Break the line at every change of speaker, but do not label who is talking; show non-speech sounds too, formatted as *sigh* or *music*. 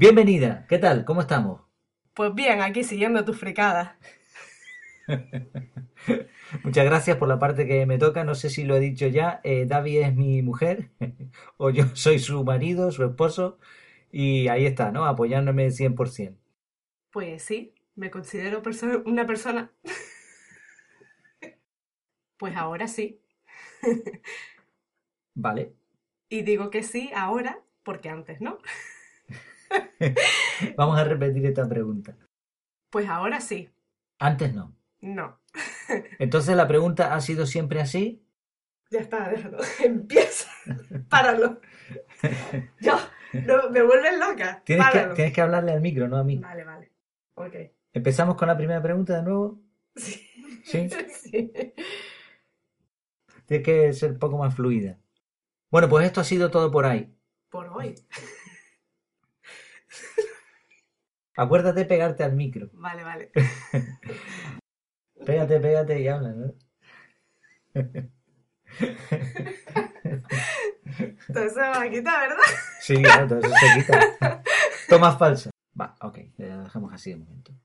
Bienvenida, ¿qué tal? ¿Cómo estamos?
Pues bien, aquí siguiendo tus fricadas.
Muchas gracias por la parte que me toca. No sé si lo he dicho ya. eh, David es mi mujer *laughs* o yo soy su marido, su esposo. Y ahí está, ¿no? Apoyándome 100%.
Pues sí, me considero perso- una persona. *laughs* Pues ahora sí.
Vale.
Y digo que sí ahora porque antes no.
Vamos a repetir esta pregunta.
Pues ahora sí.
Antes no.
No.
Entonces la pregunta ha sido siempre así.
Ya está, déjalo. *laughs*
*laughs*
Empieza. Páralo. Yo, no, me vuelves loca.
Tienes que,
Páralo.
tienes que hablarle al micro, no a mí.
Vale, vale. Ok. *laughs*
Empezamos con la primera pregunta de nuevo.
Sí. *laughs*
Sí.
Sí.
Tienes que ser un poco más fluida. Bueno, pues esto ha sido todo por ahí.
Por hoy.
Acuérdate de pegarte al micro.
Vale, vale.
Pégate, pégate y habla, ¿no?
Entonces me va a quitar, ¿verdad?
Sí, claro, todo eso se quita. Toma falsa. Va, ok, eh, lo dejamos así de momento.